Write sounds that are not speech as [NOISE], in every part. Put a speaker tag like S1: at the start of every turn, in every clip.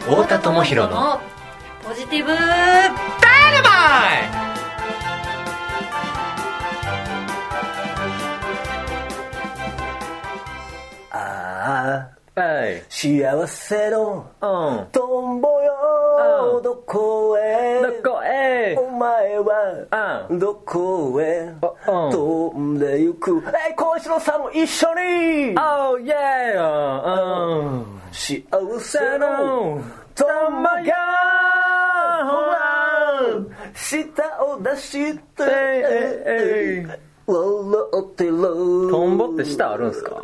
S1: 太田智弘の
S2: ポジティブダイ
S1: ナマイ
S3: ああ
S1: はい
S3: 幸せの
S1: うん
S3: トンボよ
S1: うん
S3: どこへ
S1: どこへ
S3: お前は
S1: う
S3: どこへ
S1: おうん
S3: 飛んでゆくえい幸四郎さんも一緒に
S1: おうイェーうんうん
S3: 幸せ
S1: せ
S3: の
S1: の
S3: トンボよほ
S1: ほ
S3: ら舌を出して
S1: えいえいえい
S3: 笑ってろ
S1: トンボって舌あるんすか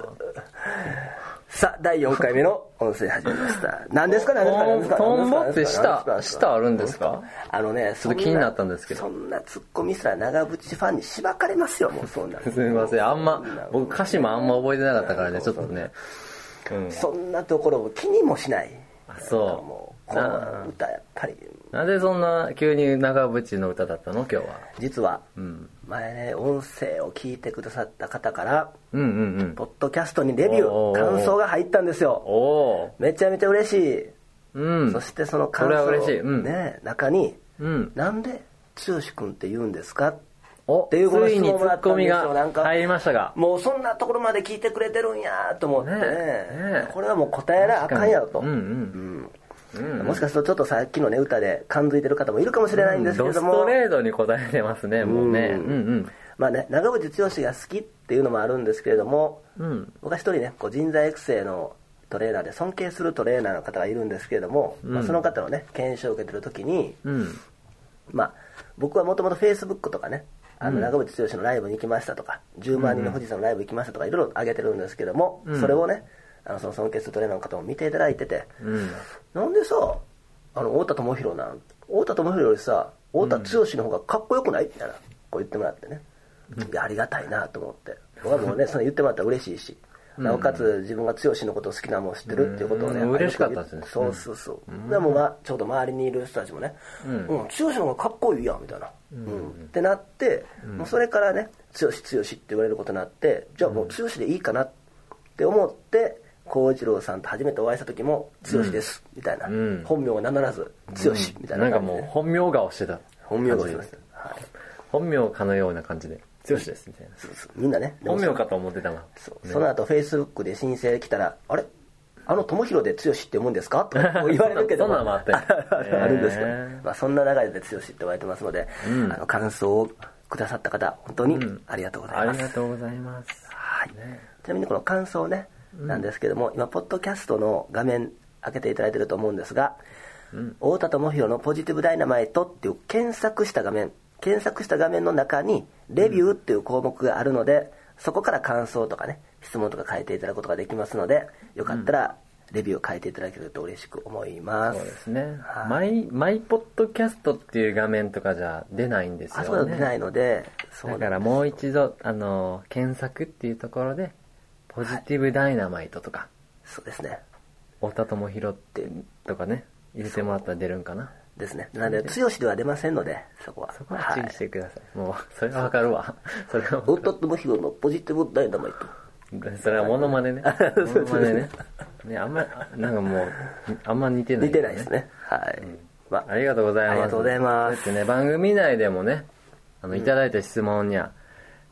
S3: さあ第4回目の音声始め
S1: [LAUGHS]
S3: ました何ですか何ですか何ですか
S1: トンボって
S3: 何
S1: 舌
S3: ですか何ですか
S1: 舌あるんですか
S3: あのねそ
S1: ょっと気になったんですけど
S3: そんなツッコミすら長渕ファンにしばかれますよもうそんな
S1: すみませんあんま僕歌詞もあんま覚えてなかったからねちょっとねうん
S3: そんなところを気にもしない
S1: あそ
S3: もうこの歌やっぱり
S1: うなんでそんな急に長渕の歌だったの今日は
S3: 実は
S1: うん
S3: 前ね音声を聞いてくださった方から
S1: うんうんうん
S3: ポッドキャストにレビュ
S1: お
S3: ー
S1: ー
S3: 感想が入ったんですよ
S1: おお
S3: めちゃめちゃ嬉しい
S1: ーうん
S3: そしてその感
S1: それ
S3: 想
S1: は嬉しいうん
S3: ね中に
S1: うん
S3: 「なんで剛君って言うんですか?」
S1: お
S3: っていうこの
S1: つ
S3: 質
S1: いにツ
S3: 問もら
S1: ッ
S3: った
S1: コ
S3: んで
S1: ミ
S3: すよな
S1: が
S3: んか
S1: 入りましたが
S3: もうそんなところまで聞いてくれてるんやと思ってね
S1: ねえねえ
S3: これはもう答えなあかんやろと、
S1: うんうん
S3: うんもしかするとちょっとさっきのね歌で感づいてる方もいるかもしれないんですけ
S1: ド
S3: れ
S1: ス
S3: ども、
S1: トレートに答えてますねもうね
S3: う
S1: うんんうん
S3: まあね長渕剛が好きっていうのもあるんですけれども、
S1: うん
S3: 僕は一人ねこう人材育成のトレーナーで尊敬するトレーナーの方がいるんですけれども、まあ、その方のね研修を受けてる時に、
S1: うん
S3: まあ、僕はもともとフェイスブックとかねあの長渕剛のライブに行きましたとか、10万人の富士山のライブ行きましたとかいろいろ上げてるんですけども、それをねあのその尊敬するトレーナーの方も見ていただいてて、なんでさあの太田智弘なん太田智弘よりさ太田剛の方がかっこよくないみたいなこう言ってもらってね、いやありがたいなと思って僕はも
S1: [LAUGHS]
S3: うねその言ってもらったら嬉しいし、なおかつ自分が剛のことを好きなのも知ってるっていうことをね、
S1: うん
S3: やぱりよく言
S1: 嬉しかったですね
S3: そうそうそう、でも、まあ、ちょうど周りにいる人たちもね「うん剛、の方がかっこいいやん」みたいな、うんってなって、もうそれからね「剛剛」って言われることになってじゃあもう剛でいいかなって思って幸一郎さんと初めてお会いした時も「剛です」みたいな、
S1: ん
S3: 本名を名乗らず「剛」みたいな感じでね、
S1: なんかもう本名顔してた
S3: 本名が
S1: 感
S3: し
S1: じ
S3: ま
S1: で
S3: し
S1: す
S3: た、はい、
S1: 本名かのような感じで剛ですみたいな
S3: そうそうみんなねでも
S1: 本名かと思ってたわ
S3: そうその後フェイスブックで申請来たら「あれあの友弘で剛って読むんですか?」とか
S1: [LAUGHS]
S3: こう言われるけど
S1: そんなのもあったよ
S3: [LAUGHS] あるんですけど、
S1: へー
S3: まあ、そんな流れで剛って言われてますので、あの感想をくださった方本当にありがとうござい
S1: あ
S3: ま
S1: り
S3: す、
S1: がとうございます
S3: はいちなみにこの感想ね、なんですけども今ポッドキャストの画面開けていただいてると思うんですが「太田智弘のポジティブダイナマイト」っていう検索した画面検索した画面の中に「レビュー」っていう項目があるので、そこから感想とかね質問とか書いていただくことができますのでよかったらレビューを書いていただけると嬉しく思います、
S1: そうですね
S3: はい
S1: マイマイポッドキャストっていう画面とかじゃ出ないんです
S3: あそう
S1: よ
S3: 出
S1: ね
S3: ないのでそうな
S1: だ
S3: ん
S1: か
S3: です
S1: らもう一度あの検索っていうところで「ポジティブダイナマイト」とか
S3: そうですね
S1: 「太田智弘」ってとかね入れてもらったら出るんかな
S3: ですねなので剛では出ませんのでそこは
S1: そこは注意してくださいもうそれはわかるわそれは
S3: 太田智弘のポジティブダイナマイト
S1: それはモノマネねモノマネねねあんまなんかもうあんま似てない
S3: 似てないですねはい、まあ
S1: ありがとうございます。
S3: ありがとうございます
S1: だってね、番組内でもね、あの、いただいた質問には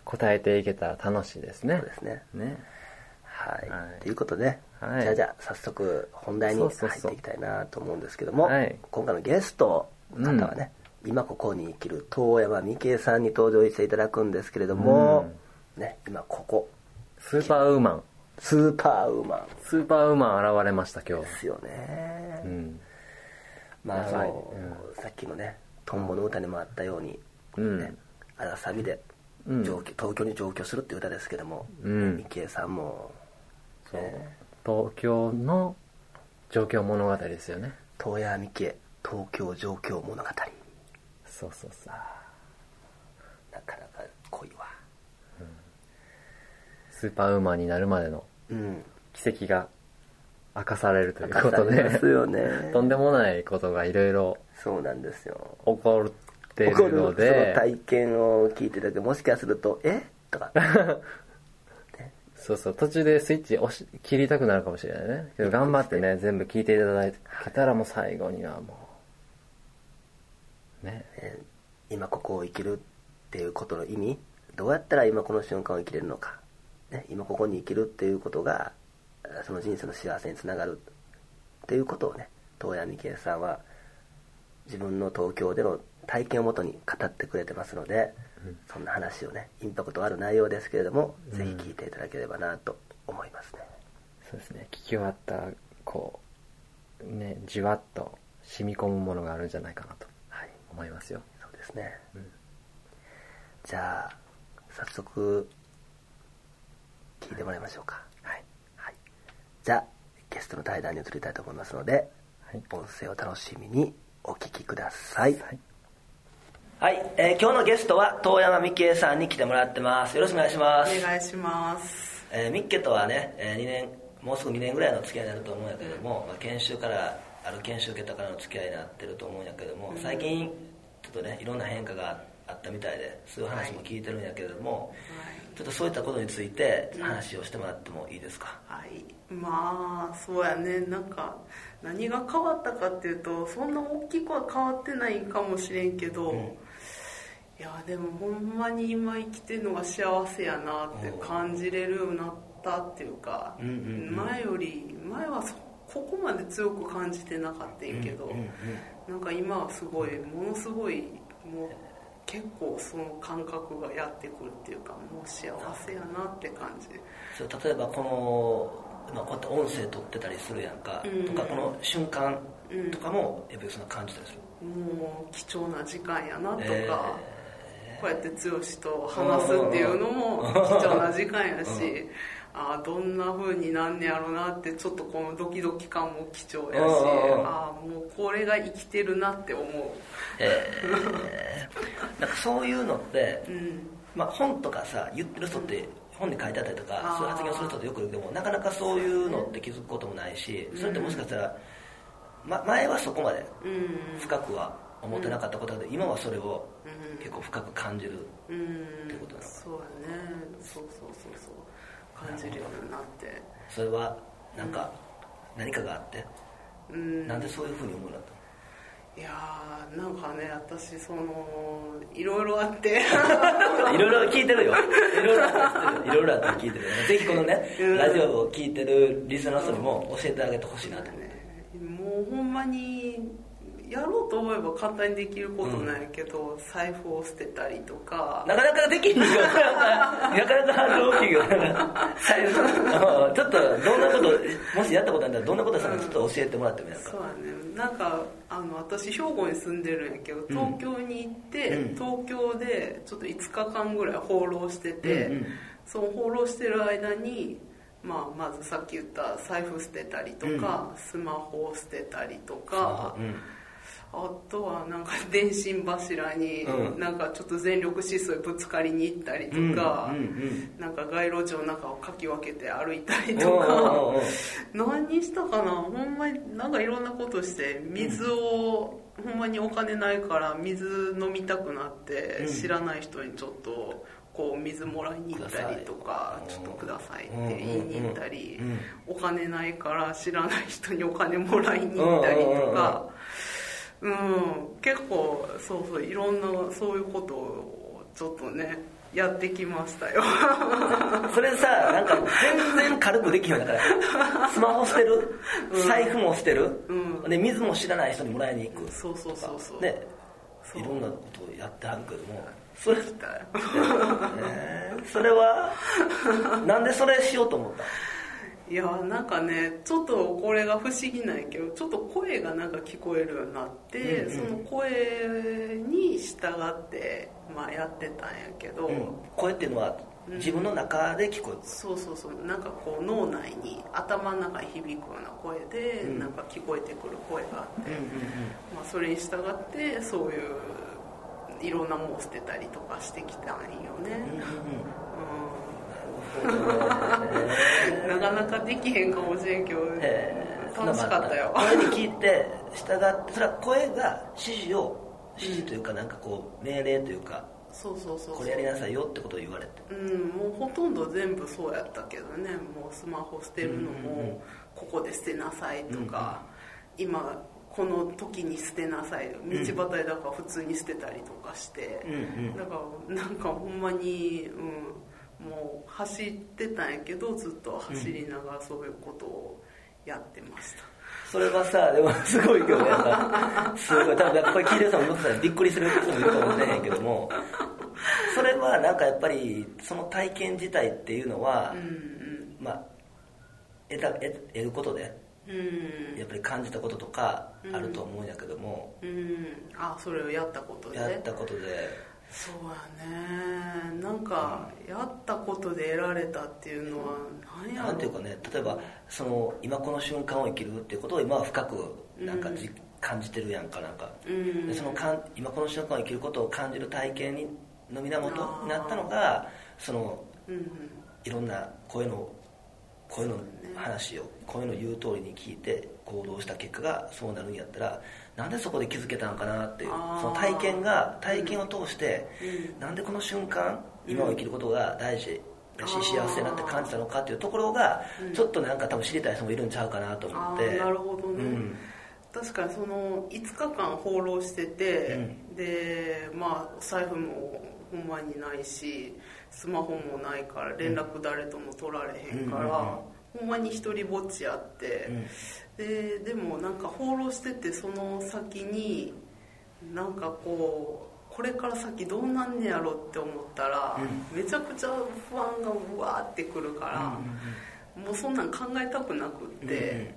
S1: 答えていけたら楽しいですね
S3: そう。ですね
S1: ね。
S3: はい、
S1: はい
S3: ということで、
S1: はい
S3: じゃあじゃあ早速本題に
S1: そ
S3: 入
S1: うそうそう
S3: っていきたいなと思うんですけども
S1: はい
S3: 今回のゲストの方はね、今ここに生きる遠山美恵さんに登場していただくんですけれども、ね、今ここ
S1: スーパーウーマン。
S3: スーパーウーマンで
S1: スーパーウーマン現れました、今日。
S3: すよね、
S1: うん。
S3: まあそ
S1: やばい
S3: の、さっきのねトンボの歌にもあったように、
S1: うん
S3: ね、あらさみで
S1: うん
S3: 上京東京に上京するっていう歌ですけども、
S1: うん
S3: 美恵さんも
S1: そう。東京の状況物語ですよね。
S3: 東谷美紀東京状況物語なか
S1: そうそうそう。
S3: なか濃いわ
S1: スーパーウーマンになるまでの
S3: うん
S1: 奇跡が明かされるという
S3: 明
S1: こと
S3: かされま
S1: で、
S3: すよ
S1: [LAUGHS]
S3: ね
S1: とんでもないことがいろいろ
S3: そうなんですよ
S1: 起こってい
S3: 起こ
S1: る
S3: るそ
S1: の
S3: の
S1: で、
S3: 体験を聞いてたけどもしかすると「えっ?」とかね
S1: そうそう、途中でスイッチ押し切りたくなるかもしれないね。けど頑張ってね、全部聞いていただけたらもう最後にはもう、ね。
S3: えー今ここを生きるっていうことの意味どうやったら今この瞬間を生きれるのか、ね、今ここに生きるっていうことがえーその人生の幸せにつながるっていうことをね遠山美恵さんは自分の東京での体験をもとに語ってくれてますので、そんな話をねインパクトある内容ですけれども、ぜひ聞いていただければなと思いますね
S1: そうですね、聞き終わった、こう、ね、じわっと染み込むものがあるんじゃないかなと、はい、思いますよ。
S3: そうですね、じゃあ早速聞いてもらいましょうか
S1: はい。
S3: はい、じゃあゲストの対談に移りたいと思いますので、
S1: はい
S3: 音声を楽しみにお聞きください
S1: はい。
S3: はい、えー今日のゲストは遠山美恵さんに来てもらってますよろしくお願いしま
S4: お
S3: す
S4: 願いします
S3: えーミッケとはね、え2年もうすぐ2年ぐらいの付き合いになると思うんやけれども、まあ、研修からある研修受けたからの付き合いになってると思うんやけども最近ちょっとねいろんな変化があったみたいでそういう話も聞いてるんやけれども、ちょっとそういったことについて話をしてもらってもいいですか、
S4: はいまあそうやねなんか何が変わったかっていうとそんな大きくは変わってないかもしれんけど、
S3: うん
S4: いやでもほんまに今生きてるのが幸せやなって感じれるようになったっていうか、
S3: うんうんうん
S4: 前より前はそここまで強く感じてなかったんやけど、
S3: うんうん
S4: なんか今はすごいものすごいもう結構その感覚がやってくるっていうかもう幸せやなって感じ
S3: それ例えばこの、まあ、こうやって音声撮ってたりするやんか、
S4: うん
S3: とかこの瞬間とかもやっぱりそんな感じたりする、
S4: もう貴重な時間やなとか、
S3: え
S4: こうやって剛と話すっていうのも貴重な時間やし、ああどんな風になんねやろなってちょっとこのドキドキ感も貴重やし、
S3: うんうんうん
S4: ああもうこれが生きてるなって思う
S3: えーなんかそういうのって、
S4: うん
S3: まあ、本とかさ言ってる人って本に書いてあったりとか、
S4: あー
S3: そういう発言をする人ってよくいるけどもなかなかそういうのって気づくこともないし、それってもしかしたら、ま、前はそこまで
S4: うん
S3: 深くは思ってなかったことで、今はそれを結構深く感じる、
S4: うん
S3: てことなの
S4: そうやねそうそうそうそう感じるようになって
S3: それはなんか、何かがあって、
S4: うん
S3: なんでそういうふうに思うようになったの
S4: いやーなんかね私そのいろいろあって [LAUGHS]
S3: いろいろ聞いてるよ。いろいろあって聞いてるよいろいろあって聞いてるよ。ぜひこのね、
S4: うん
S3: ラジオを聞いてるリスナーの人にも教えてあげてほしいなと思って。
S4: もうほんまにやろうと思えば簡単にできることなんやけど、財布を捨てたりとか
S3: なかなかできんの [LAUGHS] よ。なかなかハードル大きいよ。最初、 [LAUGHS] うんちょっとどんなこと、もしやったことあったらどんなことしたのかちょっと教えてもらってもいいです
S4: そ
S3: か。
S4: うやねなんかあの私兵庫に住んでるんやけど東京に行って、
S3: うん
S4: 東京でちょっと5日間ぐらい放浪してて、
S3: うんうん
S4: その放浪してる間に、まあ、まずさっき言った財布捨てたりとか、スマホを捨てたりとか、
S3: うん
S4: あとはなんか電信柱に
S3: うん
S4: なんかちょっと全力疾走でぶつかりに行ったりとか、
S3: うんうんうん
S4: なんか街路樹の中をかき分けて歩いたり
S3: おう
S4: と
S3: おうおう
S4: か何したかなほんまになんかいろんなことして水を、ほんまにお金ないから水飲みたくなって、
S3: うん
S4: 知らない人にちょっとこう水もらいに行ったりとか
S3: くだ
S4: ち
S3: さい
S4: ょっとくださいって言いに行ったり、
S3: うんうんうん
S4: お金ないから知らない人にお金もらいに行ったりとか。うん、結構そうそういろんなそういうことをちょっとねやってきまし
S3: [LAUGHS]
S4: たよ
S3: それさ、なんか全然軽くできへんよだか
S4: [LAUGHS]
S3: ら。スマホ捨てる、財布も捨てる、
S4: う
S3: で水も知らない人にもらいに行く。
S4: そうそうそうそう
S3: ね
S4: そう
S3: いろんなことをやってはるけど
S4: [LAUGHS]
S3: もそれ,、
S4: みたい
S3: えーそれはなんでそれしようと思った
S4: いやなんかねちょっとこれが不思議なんやけどちょっと声がなんか聞こえるようになって、
S3: うんうん
S4: その声に従って、まあ、やってたんやけど、
S3: うん声っていうのは自分の中で聞こえる、
S4: そうそうそうなんかこう脳内に頭の中に響くような声で、
S3: うん
S4: なんか聞こえてくる声があって、
S3: うんうん
S4: まあ、それに従ってそういういろんなものを捨てたりとかしてきたんよね、
S3: [LAUGHS]
S4: うん [LAUGHS] なかなかできへんかもしれんけど
S3: えー
S4: 楽しかったよ
S3: 声に聞いて従ってそれは声が指示を指示というかなんかこう命令というか
S4: そうそうそうそう
S3: これやりなさいよってことを言われて
S4: うんもうほとんど全部そうやったけどねもうスマホ捨てる
S3: う
S4: の
S3: んうんうん
S4: もここで捨てなさいとか、今この時に捨てなさい道端でだから普通に捨てたりとかして、
S3: うんうん
S4: だからなんかほんまに、うん、もう走ってたんやけどずっと走りながらそういうことをやってました、
S3: それはさでもすごいけどねなんかすごい多分やっぱり聞いてる人も僕たちびっくりする人もいると思ってへんけどもそれはなんかやっぱりその体験自体っていうのは、
S4: うん
S3: まあ得た得得ることで
S4: うんうん
S3: やっぱり感じたこととかあると思うんやけども、
S4: うんあそれをやったことで
S3: やったことで
S4: そうやねなんかやったことで得られたっていうのは何やろ
S3: なんていうかね例えばその今この瞬間を生きるっていうことを今は深くなんかじ、感じてるやんかなんか、
S4: うん
S3: でそのかん今この瞬間を生きることを感じる体験にの源になったのがその
S4: うんうん
S3: いろんな声の声の話を声の言う通りに聞いて行動した結果がそうなるんやったらなんでそこで気づけたんかなっていう
S4: あー
S3: その体験が体験を通して、なんでこの瞬間今を生きることが大事だし、
S4: あー
S3: 幸せだなって感じたのかっていうところが、
S4: ん
S3: ちょっとなんか多分知りたい人もいるんちゃうかなと思
S4: あ
S3: って
S4: ーなるほど
S3: う
S4: ね、
S3: ん
S4: 確かにその5日間放浪してて、
S3: う
S4: でまあ財布もほんまにないしスマホもないから連絡誰とも取られへんから、ほんまに一人ぼっちやって、
S3: うん
S4: ででもなんか放浪しててその先になんかこうこれから先どうなんねやろって思ったら、めちゃくちゃ不安がうわーってくるから、もうそんなん考えたくなくって、
S3: うんうん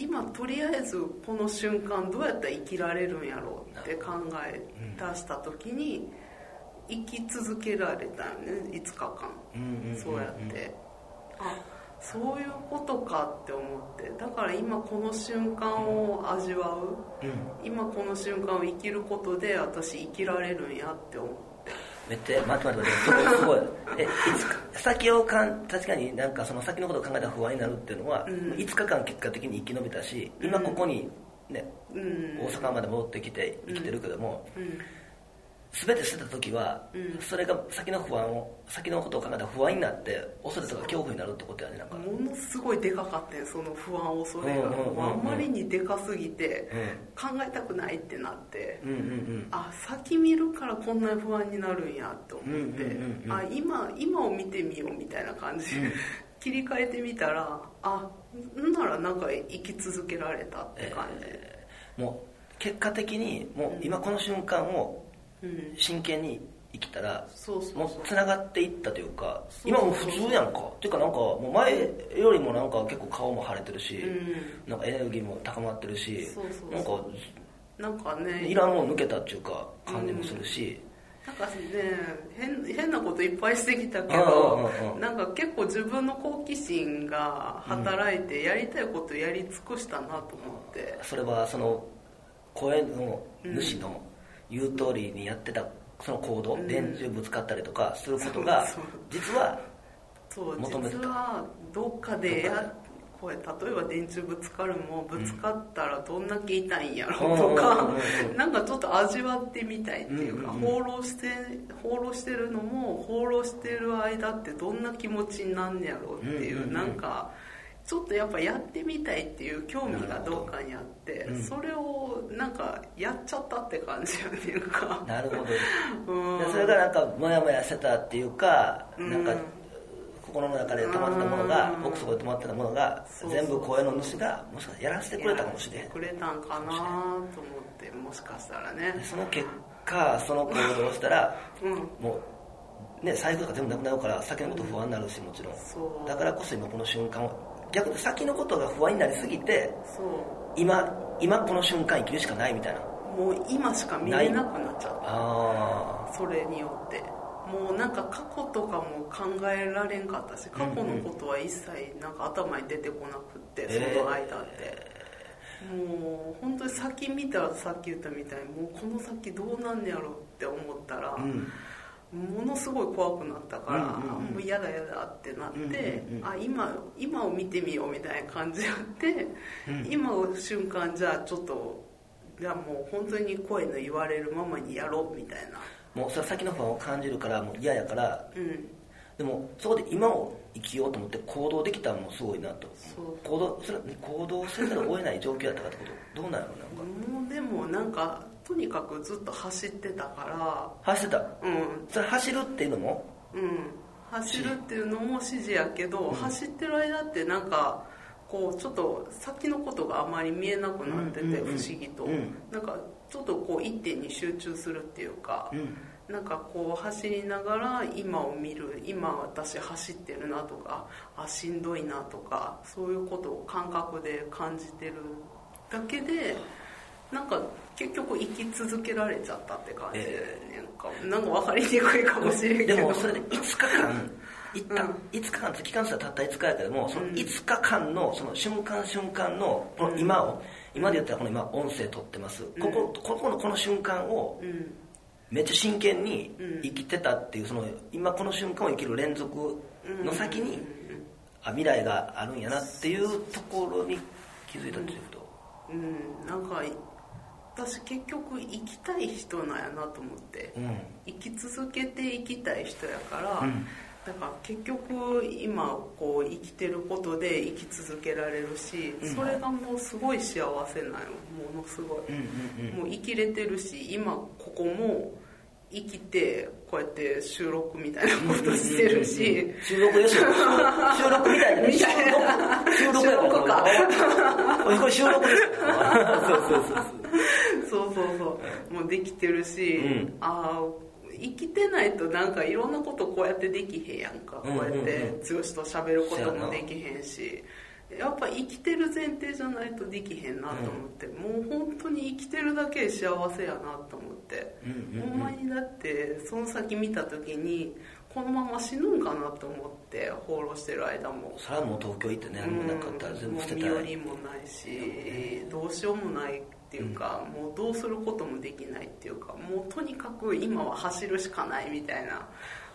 S4: 今とりあえずこの瞬間どうやったら生きられるんやろうって考え出した時に生き続けられたよね5日間、
S3: うんうんうん
S4: そうやってあそういうことかって思ってだから今この瞬間を味わう
S3: うん
S4: 今この瞬間を生きることで私生きられるんやって思って
S3: めっちゃ待って待って待ってすごいすごいえいつか先をかん確かになんかその先のことを考えたら不安になるっていうのは、
S4: うん
S3: 5日間結果的に生き延びたし今ここにね、
S4: うん
S3: 大阪まで戻ってきて生きてるけども、
S4: うん
S3: 全て捨てた時は、
S4: うん
S3: それが先の不安を先のことを考えたら不安になって恐れとか恐怖になるってことやねなんか、
S4: ものすごいでかかってんその不安恐れ
S3: う
S4: が、
S3: んうんうんうん
S4: あんまりにでかすぎて、考えたくないってなって、あ先見るからこんな不安になるんやと思って、
S3: うんうんうんうん
S4: あ今今を見てみようみたいな感じ、 [LAUGHS] 切り替えてみたらあんならなんか生き続けられたって感じ、
S3: もう結果的にもう今この瞬間を
S4: うん、
S3: 真剣に生きたら、
S4: そうそうそう
S3: もうつながっていったというか
S4: そう
S3: 今もう普通やんかっていうかなんかもう前よりもなんか結構顔も腫れてるし、
S4: うん
S3: なんかエネルギーも高まってるし
S4: そうそうそなんか
S3: なんか
S4: ね
S3: いらんもん抜けたっていうか感じもするし、
S4: なんかね変変なこといっぱいしてきたけ
S3: うん
S4: ど
S3: うんうんうん
S4: なんか結構自分の好奇心が働いてやりたいことやり尽くしたなと思って、
S3: それはその声の主の言う通りにやってたその行動、
S4: うん
S3: 電柱ぶつかったりとかすることが
S4: そうそう
S3: 実は
S4: そう
S3: 求めてた
S4: 実はどっか
S3: どっ
S4: で
S3: かで
S4: やこれ例えば電柱ぶつかるもぶつかったらどんだけ痛いんや
S3: うん
S4: ろとか
S3: うん
S4: [LAUGHS] なんかちょっと味わってみたいっていうか
S3: うんうん
S4: 放浪して放浪してるのも放浪してる間ってどんな気持ちになんねやろって
S3: うん
S4: い
S3: うんう
S4: うんなんかちょっとやっぱやってみたいっていう興味がどっかにあっ
S3: な
S4: て
S3: るほどうん
S4: それをなんかやっちゃったって感じやねんか。
S3: なるほど
S4: うん
S3: でそれがなんかモヤモヤしてたっていうか、
S4: うん
S3: なんか心の中で溜まってたものが、
S4: うん
S3: 奥底で溜まってたものが
S4: そうそう
S3: 全部声の主がもしかしてやらせてくれたかもしれへん
S4: くれたんかなと思ってもしかしたらね
S3: でその結果その行動をしたら
S4: うん
S3: もうね財布とか全部なくなるから先のこと不安になるしもちろ
S4: そ
S3: ん
S4: う
S3: だからこそ今この瞬間を逆に先のことが不安になりすぎて
S4: そう
S3: 今今この瞬間生きるしかないみたいな
S4: もう今しか見れなくなっちゃっ
S3: あ
S4: たそれによってもうなんか過去とかも考えられんかったし過去のことは一切なんか頭に出てこなくって、
S3: えー
S4: その間って、もう本当に先見たらさっき言ったみたいにもうこの先どうなんねやろって思ったら、
S3: あうん
S4: ものすごい怖くなったから、
S3: うんうんうん
S4: あもう嫌だ嫌だってなって、
S3: うんうんうん
S4: あ今今を見てみようみたいな感じやって、今の瞬間じゃあちょっとじゃあもう本当に声の言われるままにやろうみたいな
S3: もうそれ先の不安を感じるからもう嫌やから
S4: うん
S3: でもそこで今を生きようと思って行動できたのもすごいなと
S4: そう
S3: 行動それは行動せざるを得ない状況やったかってことどうなんやろうなんか
S4: もうでもなんかとにかくずっと走ってたか
S3: 走ってた
S4: らうん
S3: それ走るっていうのも
S4: うん、走るっていうのも指示やけど、走ってる間ってなんかこうちょっと先のことがあまり見えなくなってて
S3: うんうん
S4: 不
S3: うん
S4: 思議と、
S3: うん
S4: なんかちょっとこう一点に集中するっていうか、
S3: ん
S4: なんかこう走りながら今を見る今私走ってるなとかあしんどいなとかそういうことを感覚で感じてるだけでなんか結局生き続けられちゃったって感じで、なんかなんか分かりにくいかもしれんけ
S3: で
S4: ど
S3: もそれで5日間いった
S4: うん
S3: 5日間って期間数はたった5日やけどもその5日間のその瞬間瞬間のこの今を今で言ったらこの今音声撮ってますここここのこの瞬間を
S4: うん
S3: めっちゃ真剣に
S4: うん
S3: 生きてたっていうその今この瞬間を生きる連続の先にあ未来があるんやなっていうところに気づいたっていうこと
S4: うんなんかい私結局生きたい人なんやなと思って、
S3: うん
S4: 生き続けて生きたい人やから、
S3: うん
S4: だから結局今こう生きてることで生き続けられるし、
S3: うん
S4: それがもうすごい幸せなんよものすごい、
S3: うんうんうん
S4: もう生きれてるし今ここも生きてこうやって収録みたいなことしてるし、
S3: 収録ですよ収録みたいなね
S4: みたいな
S3: 収録収録やから
S4: 収録か
S3: [LAUGHS] これこれ収録ですよそうそうそうそう
S4: [LAUGHS] そうそうそうもうできてるし、
S3: うん
S4: ああ生きてないとなんかいろんなことこうやってできへんやんかこ
S3: うんうんうん
S4: うやって剛と喋ることもできへんしやっぱ生きてる前提じゃないとできへんなと思って、もう本当に生きてるだけで幸せやなと思って、
S3: うんうんうん
S4: ほんまにだってその先見た時にこのまま死ぬんかなと思って放浪してる間も
S3: それはもう東京行ってね、もうなんかあったら全部捨てた
S4: もう
S3: ら
S4: 身寄りもないしどうしようもないっていうか、もうどうすることもできないっていうかもうとにかく今は走るしかないみたいな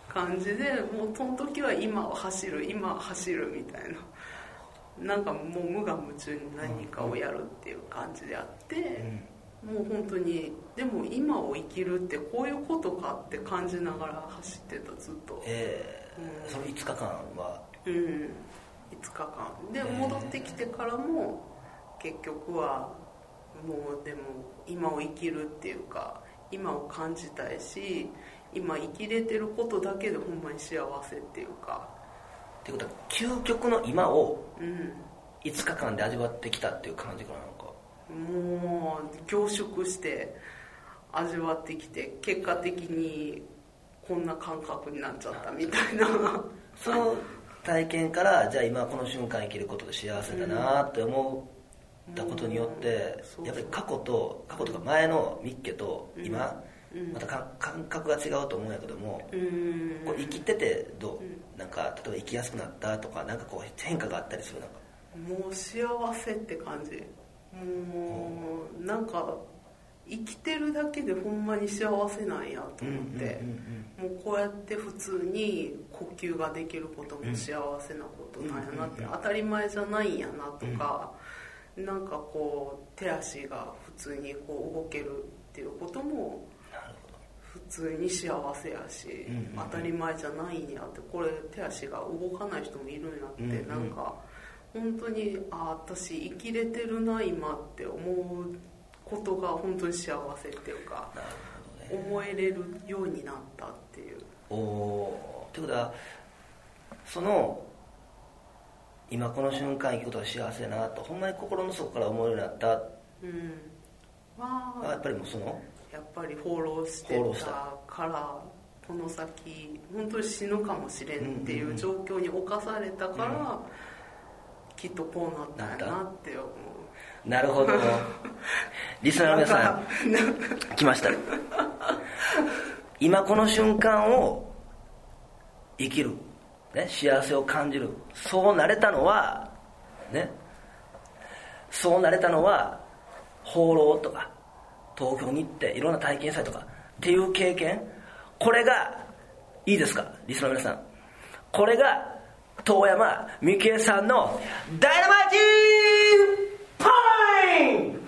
S4: 感じでもうその時は今は走る今は走るみたいな。なんかもう無我夢中に何かをやるっていう感じであって、もう本当にでも今を生きるってこういうことかって感じながら走ってたずっと
S3: ええ
S4: うん
S3: その5日間は
S4: うん、5日間で戻ってきてからも結局はもうでも今を生きるっていうか今を感じたいし今生きれてることだけでほんまに幸せっていうか
S3: ってことは究極の今を
S4: うん
S3: 5日間で味わってきたっていう感じかななんか
S4: もう凝縮して味わってきて結果的にこんな感覚になっちゃったみたいな [LAUGHS]
S3: その体験からじゃあ今この瞬間生きることで幸せだなって思ったことによって
S4: うんそう
S3: やっぱり過去と過去とか前のミッケと今
S4: うん
S3: またか感覚が違うと思うんやけども
S4: うん
S3: こう生きててどうなんか例えば生きやすくなったとかなんかこう変化があったりするなんか
S4: もう幸せって感じもうなんか生きてるだけでほんまに幸せなんやと思って
S3: うんうん
S4: もうこうやって普通に呼吸ができることも幸せなことなんやなって
S3: うんうんうん
S4: 当たり前じゃないんやなとかなんかこう手足が普通にこう動けるっていうことも
S3: なるほど
S4: 普通に幸せやし、
S3: うんうんうん
S4: 当たり前じゃないんやってこれ手足が動かない人もいるんやって、
S3: うんうん
S4: なんか本当にあ私生きれてるな今って思うことが本当に幸せっていうか
S3: なるほどね
S4: 思えれるようになったっていう
S3: おおってことはその今この瞬間生きることが幸せだなとほんまに心の底から思うようになった
S4: うん
S3: あ
S4: は
S3: やっぱりもうその
S4: やっぱり放浪して
S3: 放浪した
S4: たからこの先本当に死ぬかもしれんっていう状況に侵されたから、きっとこうなったんやなって思う。
S3: なるほどリスナーの皆さん来ました今この瞬間を生きる、ね、幸せを感じるそうなれたのはねそうなれたのは放浪とか東京に行っていろんな体験したりとかっていう経験これがいいですかリスナーの皆さんこれが遠山美恵さんのダイナマイ [LAUGHS] ティーポイン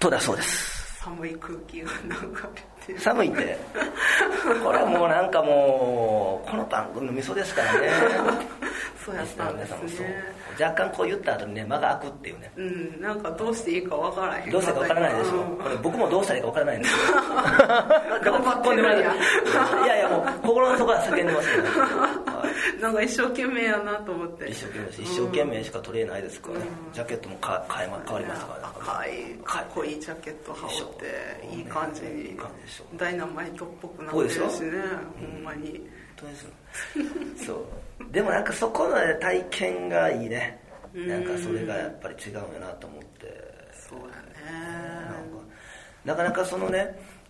S3: トだそうです
S4: 寒い空気が流れて
S3: 寒いってこれはもうなんかもうこの番組の味噌ですからね
S4: [LAUGHS] そうやったんですね
S3: そう若干こう言った後にね間が空くっていうね
S4: うんなんかどうしていいかわからへん
S3: どうしたか分からないでしょ
S4: うん
S3: これ僕もどうしたらいいか分からないんですよ
S4: [LAUGHS]
S3: どこ突っ込んでもらえないいやいやもう心の底は叫んでますけど、はい
S4: なんか一生懸命やなと思って
S3: 一生懸命です一生懸命しか取れないですからね、
S4: うん
S3: ジャケットもか変えま変わりましたからね
S4: 赤いかっこいいジャケット羽織っていい感じ
S3: いい
S4: に
S3: 感じでしょ
S4: ダイナマイトっぽくなってるしね
S3: そうでし
S4: ほんまに
S3: 本当ですよそうでもなんかそこの体験がいいねなんかそれがやっぱり違うんやなと思って
S4: そう
S3: なん
S4: や
S3: か
S4: ね
S3: なかなかそのね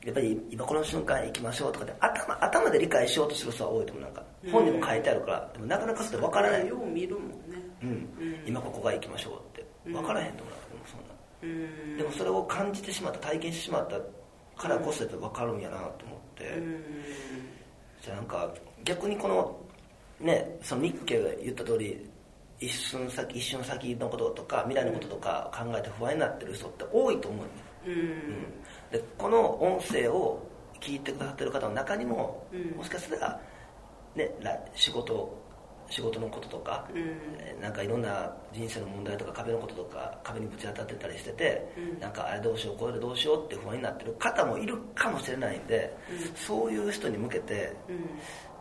S3: やっぱり今この瞬間行きましょうとかって頭頭で理解しようとする人は多いと思うなんか本にも書いてあるからでもなかなかそれ分からない、
S4: よう見るもんね
S3: うん
S4: うん
S3: 今ここが行きましょうって分からへんと思うなんかもうそんな
S4: うん
S3: でもそれを感じてしまった体験してしまったからこそやっぱ分かるんやなと思って、
S4: うん
S3: じゃあなんか逆にこのねそのミッケが言った通り一瞬先一瞬先のこととか未来のこととか考えて不安になってる人って多いと思うよ、
S4: うん
S3: うん、でこの音声を聞いてくださってる方の中にも、
S4: うん
S3: もしかしたら、ね、ら仕事仕事のこととか、
S4: うん
S3: えーなんかいろんな人生の問題とか壁のこととか壁にぶち当たってたりしてて、
S4: うん
S3: なんかあれどうしようこれどうしようって不安になってる方もいるかもしれないんで、そういう人に向けて
S4: うん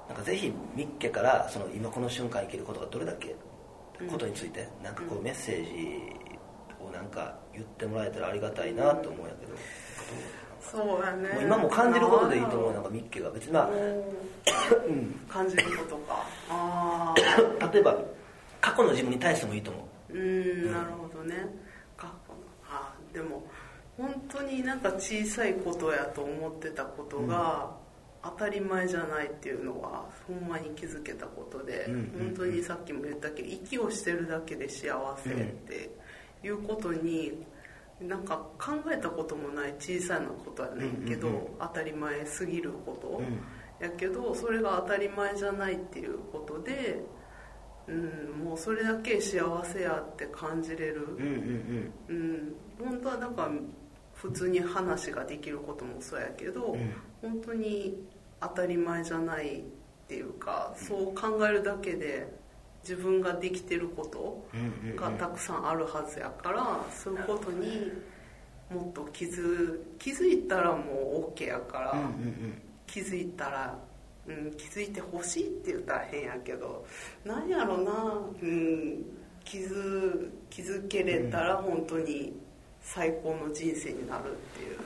S3: なんかぜひミッケからその今この瞬間生きることがどれだけことについて、なんかこうメッセージをなんか言ってもらえたらありがたいなと思うんやけど、
S4: そうやね
S3: もう今も感じることでいいと思うなんかミッケが別にまあ
S4: うん感じることかあ
S3: [LAUGHS]
S4: あ
S3: 例えば過去の自分に対してもいいと思う
S4: うーんなるほどね学校のあーでも本当になんか小さいことやと思ってたことが、当たり前じゃないっていうのはほんまに気づけたことで、
S3: うんうんうん
S4: 本当にさっきも言ったけど息をしてるだけで幸せっていうことに、なんか考えたこともない小さなことやねんけど、
S3: うんうんうん
S4: 当たり前すぎること、
S3: うん
S4: やけどそれが当たり前じゃないっていうことで、うん、もうそれだけ幸せやって感じれ
S3: うん
S4: る、
S3: うんうん
S4: うん、本当はなんか普通に話ができることもそうやけど、
S3: ん
S4: 本当に当たり前じゃないっていうかそう考えるだけで自分ができてること
S3: うんうん
S4: がたくさんあるはずやからそういうことにもっと気づ気づいたらもう OK やから。
S3: うんうんうん
S4: 気づいたら、うん、気づいてほしいって言ったら変やけどなんやろな、うん、気づ気づけれたら本当に最高の人生になるっていう、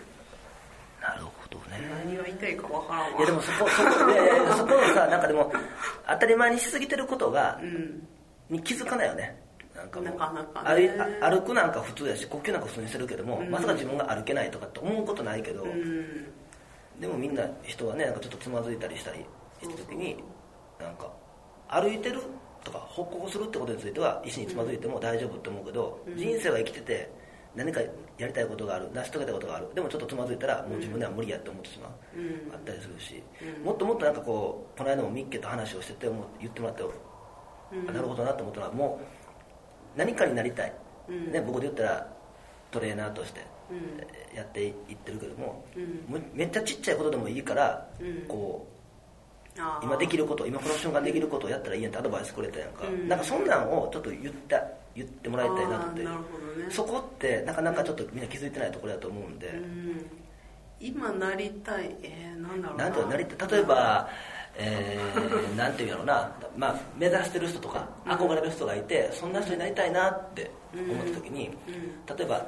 S3: なるほどね
S4: 何が言いたいかわからんわ
S3: いやでもそこそこいやいやいやそこのさなんかでも当たり前にしすぎてることが
S4: うん
S3: に気づかないよねなんかもう
S4: なかなかね
S3: 歩いあ歩くなんか普通やし呼吸なんか普通にしてるけども、
S4: うん
S3: まさか自分が歩けないとかって思うことないけど、
S4: うん
S3: でもみんな人はねなんかちょっとつまずいたりしたりした時になんか歩いてるとか歩行するってことについては石につまずいても大丈夫って思うけど、人生は生きてて何かやりたいことがある成し遂げたことがあるでもちょっとつまずいたらもう自分では無理やって思ってしまう、
S4: うん
S3: あったりするし、
S4: うん
S3: もっともっとなんかこうこの間もミッケと話をしててもう言ってもらって、
S4: うん
S3: あなるほどなと思ったのはもう何かになりたい、
S4: うん
S3: ね、僕で言ったらトレーナーとして
S4: うん
S3: やっていってるけども、
S4: うん
S3: もうめっちゃちっちゃいことでもいいから、
S4: うん
S3: こ
S4: あ
S3: う
S4: ー
S3: 今できること今この瞬間できることをやったらいいやんってアドバイスくれたやんか、
S4: うん
S3: なんかそんなんをちょっと言った言ってもらいたいなと思って
S4: あーなるほどね
S3: そこってなかなかちょっとみんな気づいてないところだと思うんで、
S4: うん今なりたいえー、なんだろう
S3: な
S4: なん
S3: ていうのなりた例えば、えー、なんていうんやろうな、まあ、目指してる人とか憧れる人がいてそんな人になりたいなって思った時に、例えば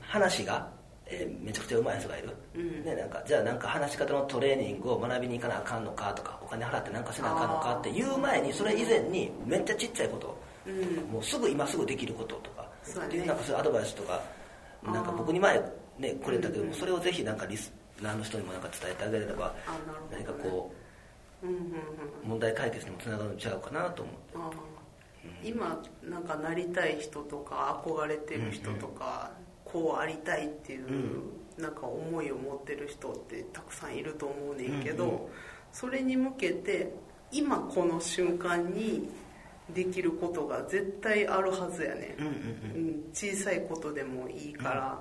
S3: 話が、えーめちゃくちゃ上手い人がいる、
S4: うん
S3: でなんかじゃあなんか話し方のトレーニングを学びに行かなあかんのかとかお金払ってなんかせなあかんのかっていう前にそれ以前にめっちゃちっちゃいこと、
S4: うん
S3: もうすぐ今すぐできることとか
S4: そうだね
S3: っていうなんかそういうアドバイスとかなんか僕に前ねくれたけどもそれをぜひなんかリスナーの人にもなんか伝えてあげれば
S4: あなるほど
S3: 何
S4: ね
S3: かこ
S4: うんうんうん
S3: う問題解決にもつながるんちゃうかなと思って。
S4: あー今なんかなりたい人とか憧れてる人とか、こうありたいっていう、なんか思いを持ってる人ってたくさんいると思うねんけど、
S3: うんうん
S4: それに向けて今この瞬間にできることが絶対あるはずやねん、
S3: うんうんうん
S4: うん小さいことでもいいから、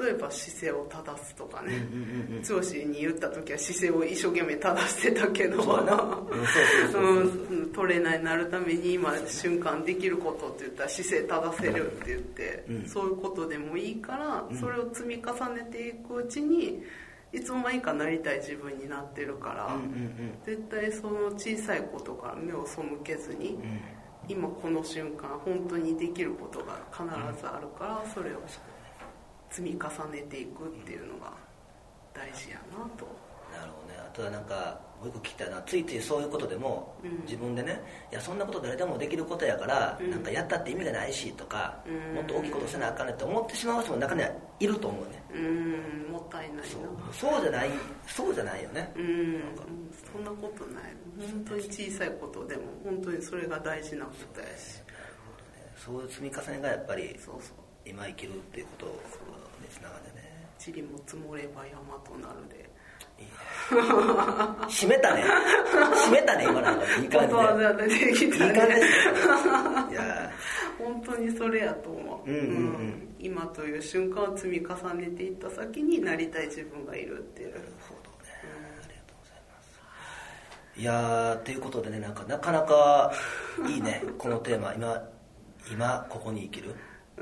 S4: 例えば姿勢を正すとかね
S3: うんうんうん
S4: 剛に言った時は姿勢を一生懸命正してたけど
S3: そうだねうんそうそうそうそ
S4: うんトレーナーになるために今瞬間できることって言ったら姿勢正せるって言って、
S3: うん
S4: そういうことでもいいから、
S3: うん
S4: それを積み重ねていくうちにいつの間にかなりたい自分になってるから、
S3: うんうん
S4: 絶対その小さいことから目を背けずに、
S3: うんうん
S4: 今この瞬間本当にできることが必ずあるからそれを積み重ねていくっていうのが大事やなと
S3: なるほどねあとはなんかもう一個聞きたいなついついそういうことでも、
S4: うん
S3: 自分でねいやそんなこと誰でもできることやから、
S4: うん
S3: なんかやったって意味がないしとか、
S4: うん
S3: もっと大きいことせなあかんねって思ってしまう人も中にはいると思うね
S4: うーんもったいないな
S3: そうそうじゃないそうじゃないよね
S4: うーんそんなことない本当に小さいことでも本当にそれが大事なことやし
S3: そういう積み重ねがやっぱり
S4: そうそう
S3: 今生きるっていうことにつながってね
S4: 塵も積もれば山となるで
S3: いいね締めたね締めたね今なんかいい感じ
S4: ことわざ出てき
S3: でいい
S4: た
S3: 感じで
S4: ね
S3: すいや
S4: 本当にそれやと思う,、
S3: うんうんうん
S4: 今という瞬間を積み重ねていった先になりたい自分がいるっていう、
S3: なるほどねありがとうございますいやーということでねなんかなかなかいいねこのテーマ今今ここに生きる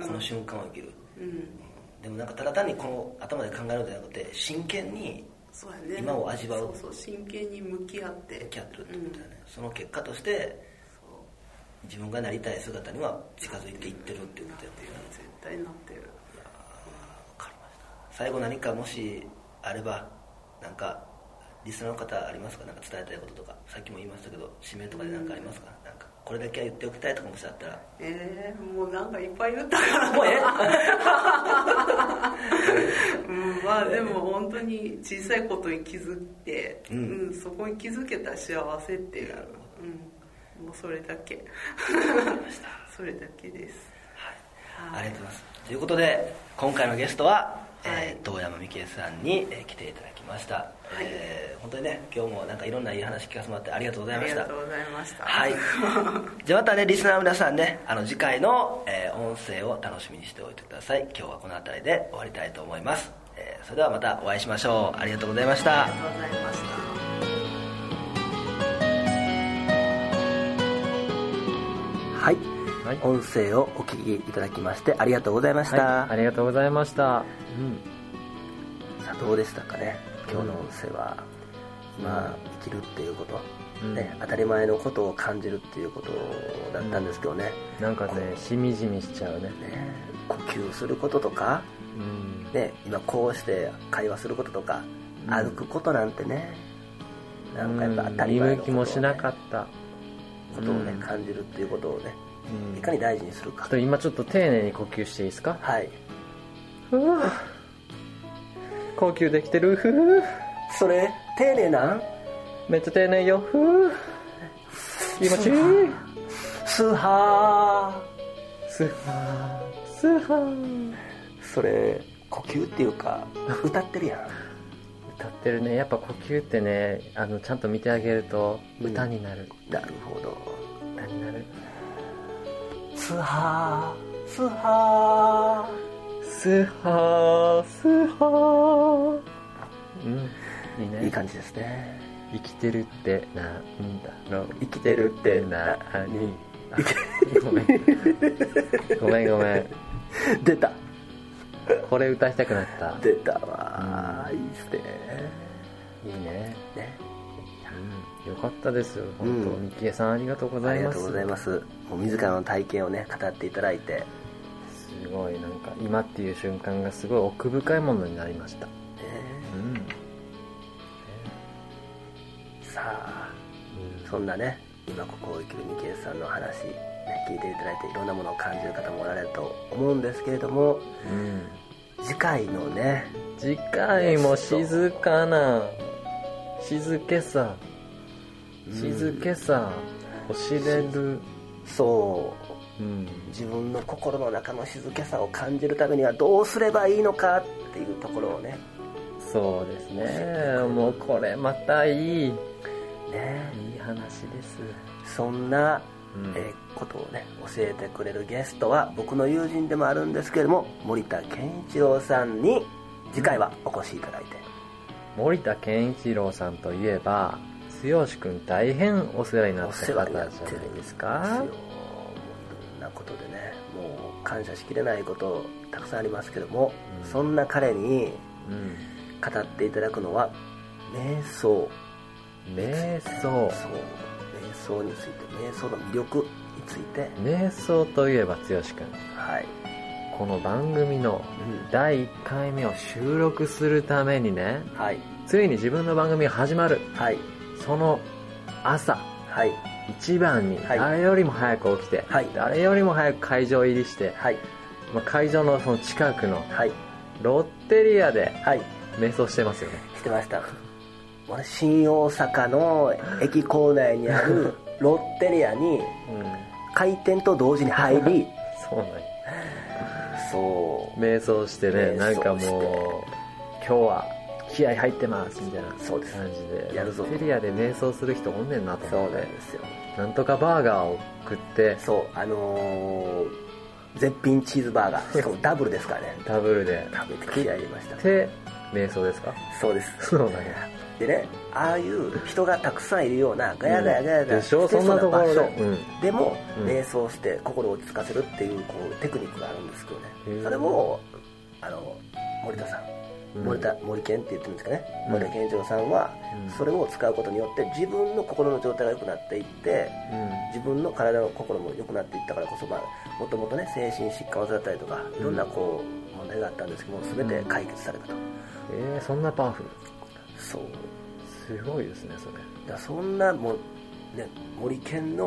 S3: この瞬間を生きる、
S4: うん、
S3: でもなんかただ単にこの頭で考えるんじゃなくて真剣に
S4: そうやね
S3: 今を味わう
S4: そうそう真剣に向き合って
S3: 向き合ってるって
S4: う
S3: こ
S4: ん
S3: とだよね、その結果として
S4: そう
S3: 自分がなりたい姿には近づいていってるっていうことだよね
S4: 絶対なってる
S3: わかりました最後何かもしあればなんかリスナーの方ありますかなんか伝えたいこととかさっきも言いましたけど指名とかで何かありますかなんかこれだけは言っておきたいとかもしあったら
S4: えー、もうなんかいっぱい言っ
S3: [LAUGHS]
S4: たから
S3: もうえ
S4: [LAUGHS] うん、まあでも本当に小さいことに気づいて、
S3: うん
S4: うんそこに気づけた幸せっていう、うん、もうそれだけ [LAUGHS] それだけです
S3: はい、ありがとうございますということで今回のゲストは、
S4: はい
S3: えー遠山美恵さんに、えー来ていただきました、
S4: い
S3: えー本当にね今日もなんかいろんないい話聞かせてもらってありがとうござい
S4: あ
S3: ま
S4: り
S3: し
S4: が
S3: た
S4: とうございました
S3: はい [LAUGHS] じゃあまたねリスナーの皆さんねあの次回の、えー音声を楽しみにしておいてください今日はこの辺りで終わりたいと思います、えーそれではまたお会いしましょうありがとうございました
S4: ありがとうございました
S3: はい、
S1: はい
S3: 音声をお聞きいただきましてありがとうございました、
S1: はい、ありがとうございました。うん。
S3: さあどうでしたかね今日の音声は、まあ生きるっていうこと、
S1: うん
S3: ね、当たり前のことを感じるっていうことだったんですけどね,、
S1: なんかね、しみじみしちゃうね。
S3: ね呼吸することとか、
S1: うん。
S3: ね、今こうして会話することとか、
S1: うん
S3: 歩くことなんてねなんかやっぱ当た
S1: うん
S3: り
S1: 見
S3: 前
S1: 向
S3: の
S1: き
S3: ことを
S1: も
S3: ね
S1: しなかった。
S3: ことをね、
S1: うん
S3: 感じるっていうことをね
S1: うん
S3: いかに大事にするか、
S1: ちょっと今ちょっと丁寧に呼吸していいですか
S3: はい
S1: 呼吸できてるふう
S3: それ丁寧なん
S1: めっちゃ丁寧よふう気持ちいい
S3: スーハ
S1: スーハースーハー
S3: ーそれ呼吸っていう
S1: [LAUGHS]
S3: か歌ってるやん
S1: 歌ってるねやっぱ呼吸ってねあのちゃんと見てあげると
S3: うん
S1: 歌になる、
S3: なるほど
S1: 歌になる
S3: スハースハ
S1: スーハースーハーうんいいね
S3: いい感じですね
S1: 生きてるってなんだろう
S3: 生きてるってな
S1: なにごめんごめんごめん
S3: [LAUGHS] 出た
S1: これ歌いたくなった
S3: 出たわいいっすね
S1: いいね
S3: ね
S1: うんよかったですよ本当、
S3: うん
S1: みきえさんありがとうご
S3: あ
S1: ざい
S3: り
S1: ま
S3: が
S1: す
S3: とうございますもう自らの体験をね語っていただいて、ね
S1: すごいなんか今っていう瞬間がすごい奥深いものになりましたうん、
S3: さあそんなね今ここを生きるミケルさんの話、ね、聞いていただいていろんなものを感じる方もおられると思うんですけれども
S1: うん、
S3: 次回のね
S1: 次回も静かな静けさ
S3: うん
S1: 静けさを知れる
S3: そう
S1: うん
S3: 自分の心の中の静けさを感じるためにはどうすればいいのかっていうところをね
S1: そうですねもうこれまたいい
S3: ね
S1: いい話です
S3: そんな
S1: うん
S3: えーことをね教えてくれるゲストは僕の友人でもあるんですけれども森田健一郎さんに次回はお越しいただいて、
S1: 森田健一郎さんといえば剛君大変お世話にな
S3: お
S1: った
S3: 世
S1: 方
S3: 話
S1: じゃ
S3: に
S1: な
S3: なっ
S1: い
S3: てるん
S1: で
S3: です
S1: す
S3: かもうい
S1: か
S3: ろんなことでねもう感謝しきれないことたくさんありますけども、
S1: うん
S3: そんな彼に
S1: うん
S3: 語っていただくのは瞑想
S1: 瞑想
S3: そう瞑想について瞑想の魅力について
S1: 瞑想といえば剛君
S3: はい、
S1: この番組の
S3: う
S1: 第1回目を収録するためにね
S3: ん、はい
S1: ついに自分の番組が始まる
S3: はい
S1: その朝
S3: はい
S1: 一番に
S3: はい
S1: 誰よりも早く起きて、
S3: はい
S1: 誰よりも早く会場入りして、
S3: はい
S1: まあ、会場のその近くの
S3: はい
S1: ロッテリアで
S3: はい
S1: 瞑想してますよね
S3: してました俺新大阪の駅構内にあ
S1: [LAUGHS]
S3: るロッテリアに
S1: うん
S3: 開店と同時に入り
S1: そうなんよ
S3: そ
S1: 瞑想してね
S3: 瞑想
S1: なんかもう今日は気合入ってますみたいな
S3: そうです
S1: 感じで
S3: やるぞ
S1: ロッテリアで瞑想する人おんねんなと
S3: そうな
S1: 思
S3: ん
S1: っ
S3: で
S1: て
S3: すよ
S1: なんとかバーガーを食って
S3: そうあのー絶品チーズバーガ
S1: [LAUGHS]
S3: ーしかもダブルですからね
S1: ダブルで
S3: 食べて気合い入れました
S1: で瞑想ですか [LAUGHS]
S3: そうです
S1: そうなんや
S3: でねああいう人がたくさんいるようなガヤガヤガヤガヤ
S1: でしょ
S3: して
S1: そんなところ
S3: そうな場所
S1: でうん
S3: でも、
S1: うん
S3: 瞑想して心を落ち着かせるっていうこうテクニックがあるんですけど
S1: へえ
S3: ねそれをあの森田さん、
S1: うん
S3: 森田森健って言ってるんですかね、
S1: うん
S3: 森田健一郎さんは、
S1: うん
S3: それを使うことによって自分の心の状態が良くなっていって自分の体の心も良くなっていったからこそ、まあ、もともとね精神疾患を患ったりとかいろんなこう問題があったんですけども全て解決されたと、
S1: えー、そんなパワフル
S3: そう
S1: すごいですねそれ
S3: だからそんなもう、ね、森健の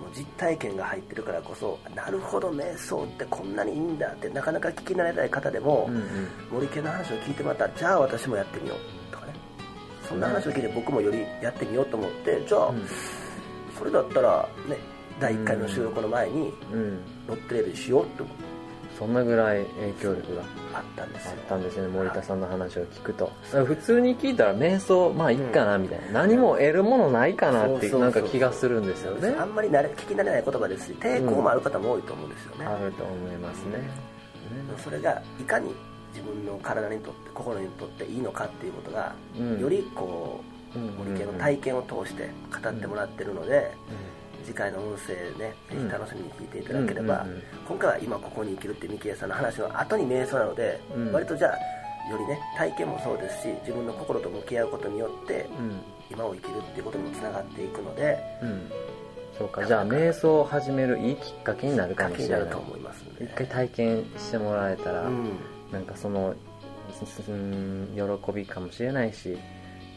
S3: もう実体験が入ってるからこそなるほど瞑想ってこんなにいいんだってなかなか聞き慣れない方でも、
S1: うんうん
S3: 森健の話を聞いてまたじゃあ私もやってみようとかねそんな話を聞いて僕もよりやってみようと思ってじゃあ、それだったらね第1回の収録の前に
S1: うん、うん、
S3: ロッテレビしようって
S1: そんなぐらい影響力が
S3: あったんです
S1: あ
S3: よ
S1: ったんですね森田さんの話を聞くと普通に聞いたら瞑想まあいいかなみたいな、何も得るものないかなってい
S3: そううそ
S1: な
S3: うんそう
S1: か気がするんですよね
S3: あんまり慣れ聞き慣れない言葉ですし抵抗もある方も多いと思うんですよね、
S1: あると思いますね
S3: それがいかに自分の体にとって心にとっていいのかっていうことが、
S1: うん
S3: よりこう
S1: うん
S3: 森家の体験を通して語ってもらってるので、次回の音声ねぜ
S1: うん
S3: ひ楽しみに聞いていただければ、
S1: うんうんうん
S3: 今回は今ここに生きるってミキエさんの話の後に瞑想なので、
S1: うん
S3: 割とじゃあよりね体験もそうですし自分の心と向き合うことによって、
S1: うん
S3: 今を生きるっていうことにもつながっていくので
S1: うんそうかじゃあ瞑想を始めるいいきっかけになるかも
S3: 気に
S1: し
S3: な
S1: れな
S3: る
S1: い
S3: と思いますので
S1: 一回体験してもらえたら、
S3: うん
S1: なんかそのうん喜びかもしれないし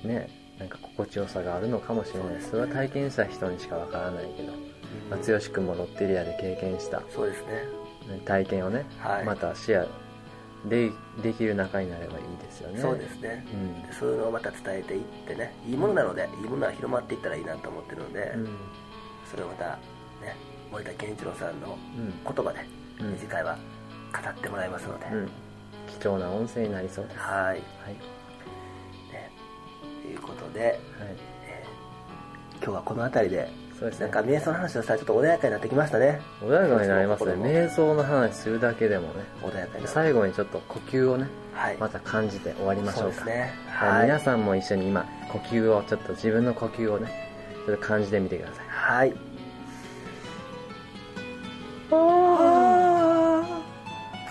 S1: ねなんか心地よさがあるのかもしれないそ,、れは体験した人にしかわからないけど、まあ、剛君もロッテリアで経験した
S3: そうですね
S1: 体験をね、
S3: はい
S1: またシェアでできる仲になればいいですよね
S3: そうですね、
S1: うん
S3: そういうのをまた伝えていってねいいものなので、いいものは広まっていったらいいなと思ってるので、
S1: うん
S3: それをまた、ね、森田健一郎さんの
S1: うん
S3: 言葉で、
S1: うん
S3: 次回は語ってもらいますので、
S1: うん貴重な音声になりそうです
S3: はい
S1: はい、
S3: ということで
S1: はい、
S3: 今日はこの辺りで
S1: そうです
S3: なん
S1: ね
S3: か瞑想の話をしたらちょっと穏やかになってきましたね
S1: 穏やかになりますね
S3: 私の心も
S1: 瞑想の話するだけでもね
S3: 穏やかになって
S1: 最後にちょっと呼吸をね
S3: はい、
S1: また感じて終わりまし
S3: そ
S1: ょ
S3: う
S1: う
S3: です
S1: か
S3: ね
S1: はい、皆
S3: さん
S1: さんも一緒に今呼吸をちょっと自分の呼吸をねちょっと感じてみてください
S3: はい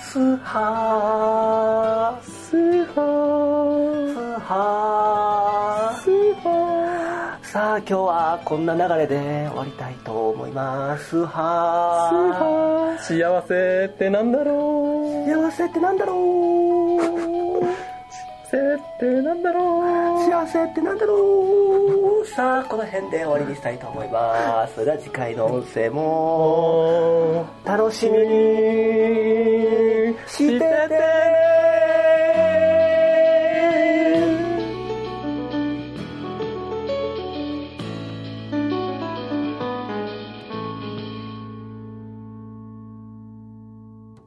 S3: スハー
S1: スーホー
S3: スハー
S1: スーホー
S3: さあ今日はこんな流れで終わりたいと思います
S1: スー
S3: は
S1: ホー幸せってなんだろ
S3: ー
S1: う
S3: 幸せってなんだろ
S1: 幸せってなんだ
S3: う
S1: ろう
S3: 幸せってなんだろうさあこの辺で終わりにしたいと思いますそれでは次回の音声も楽しみにしててね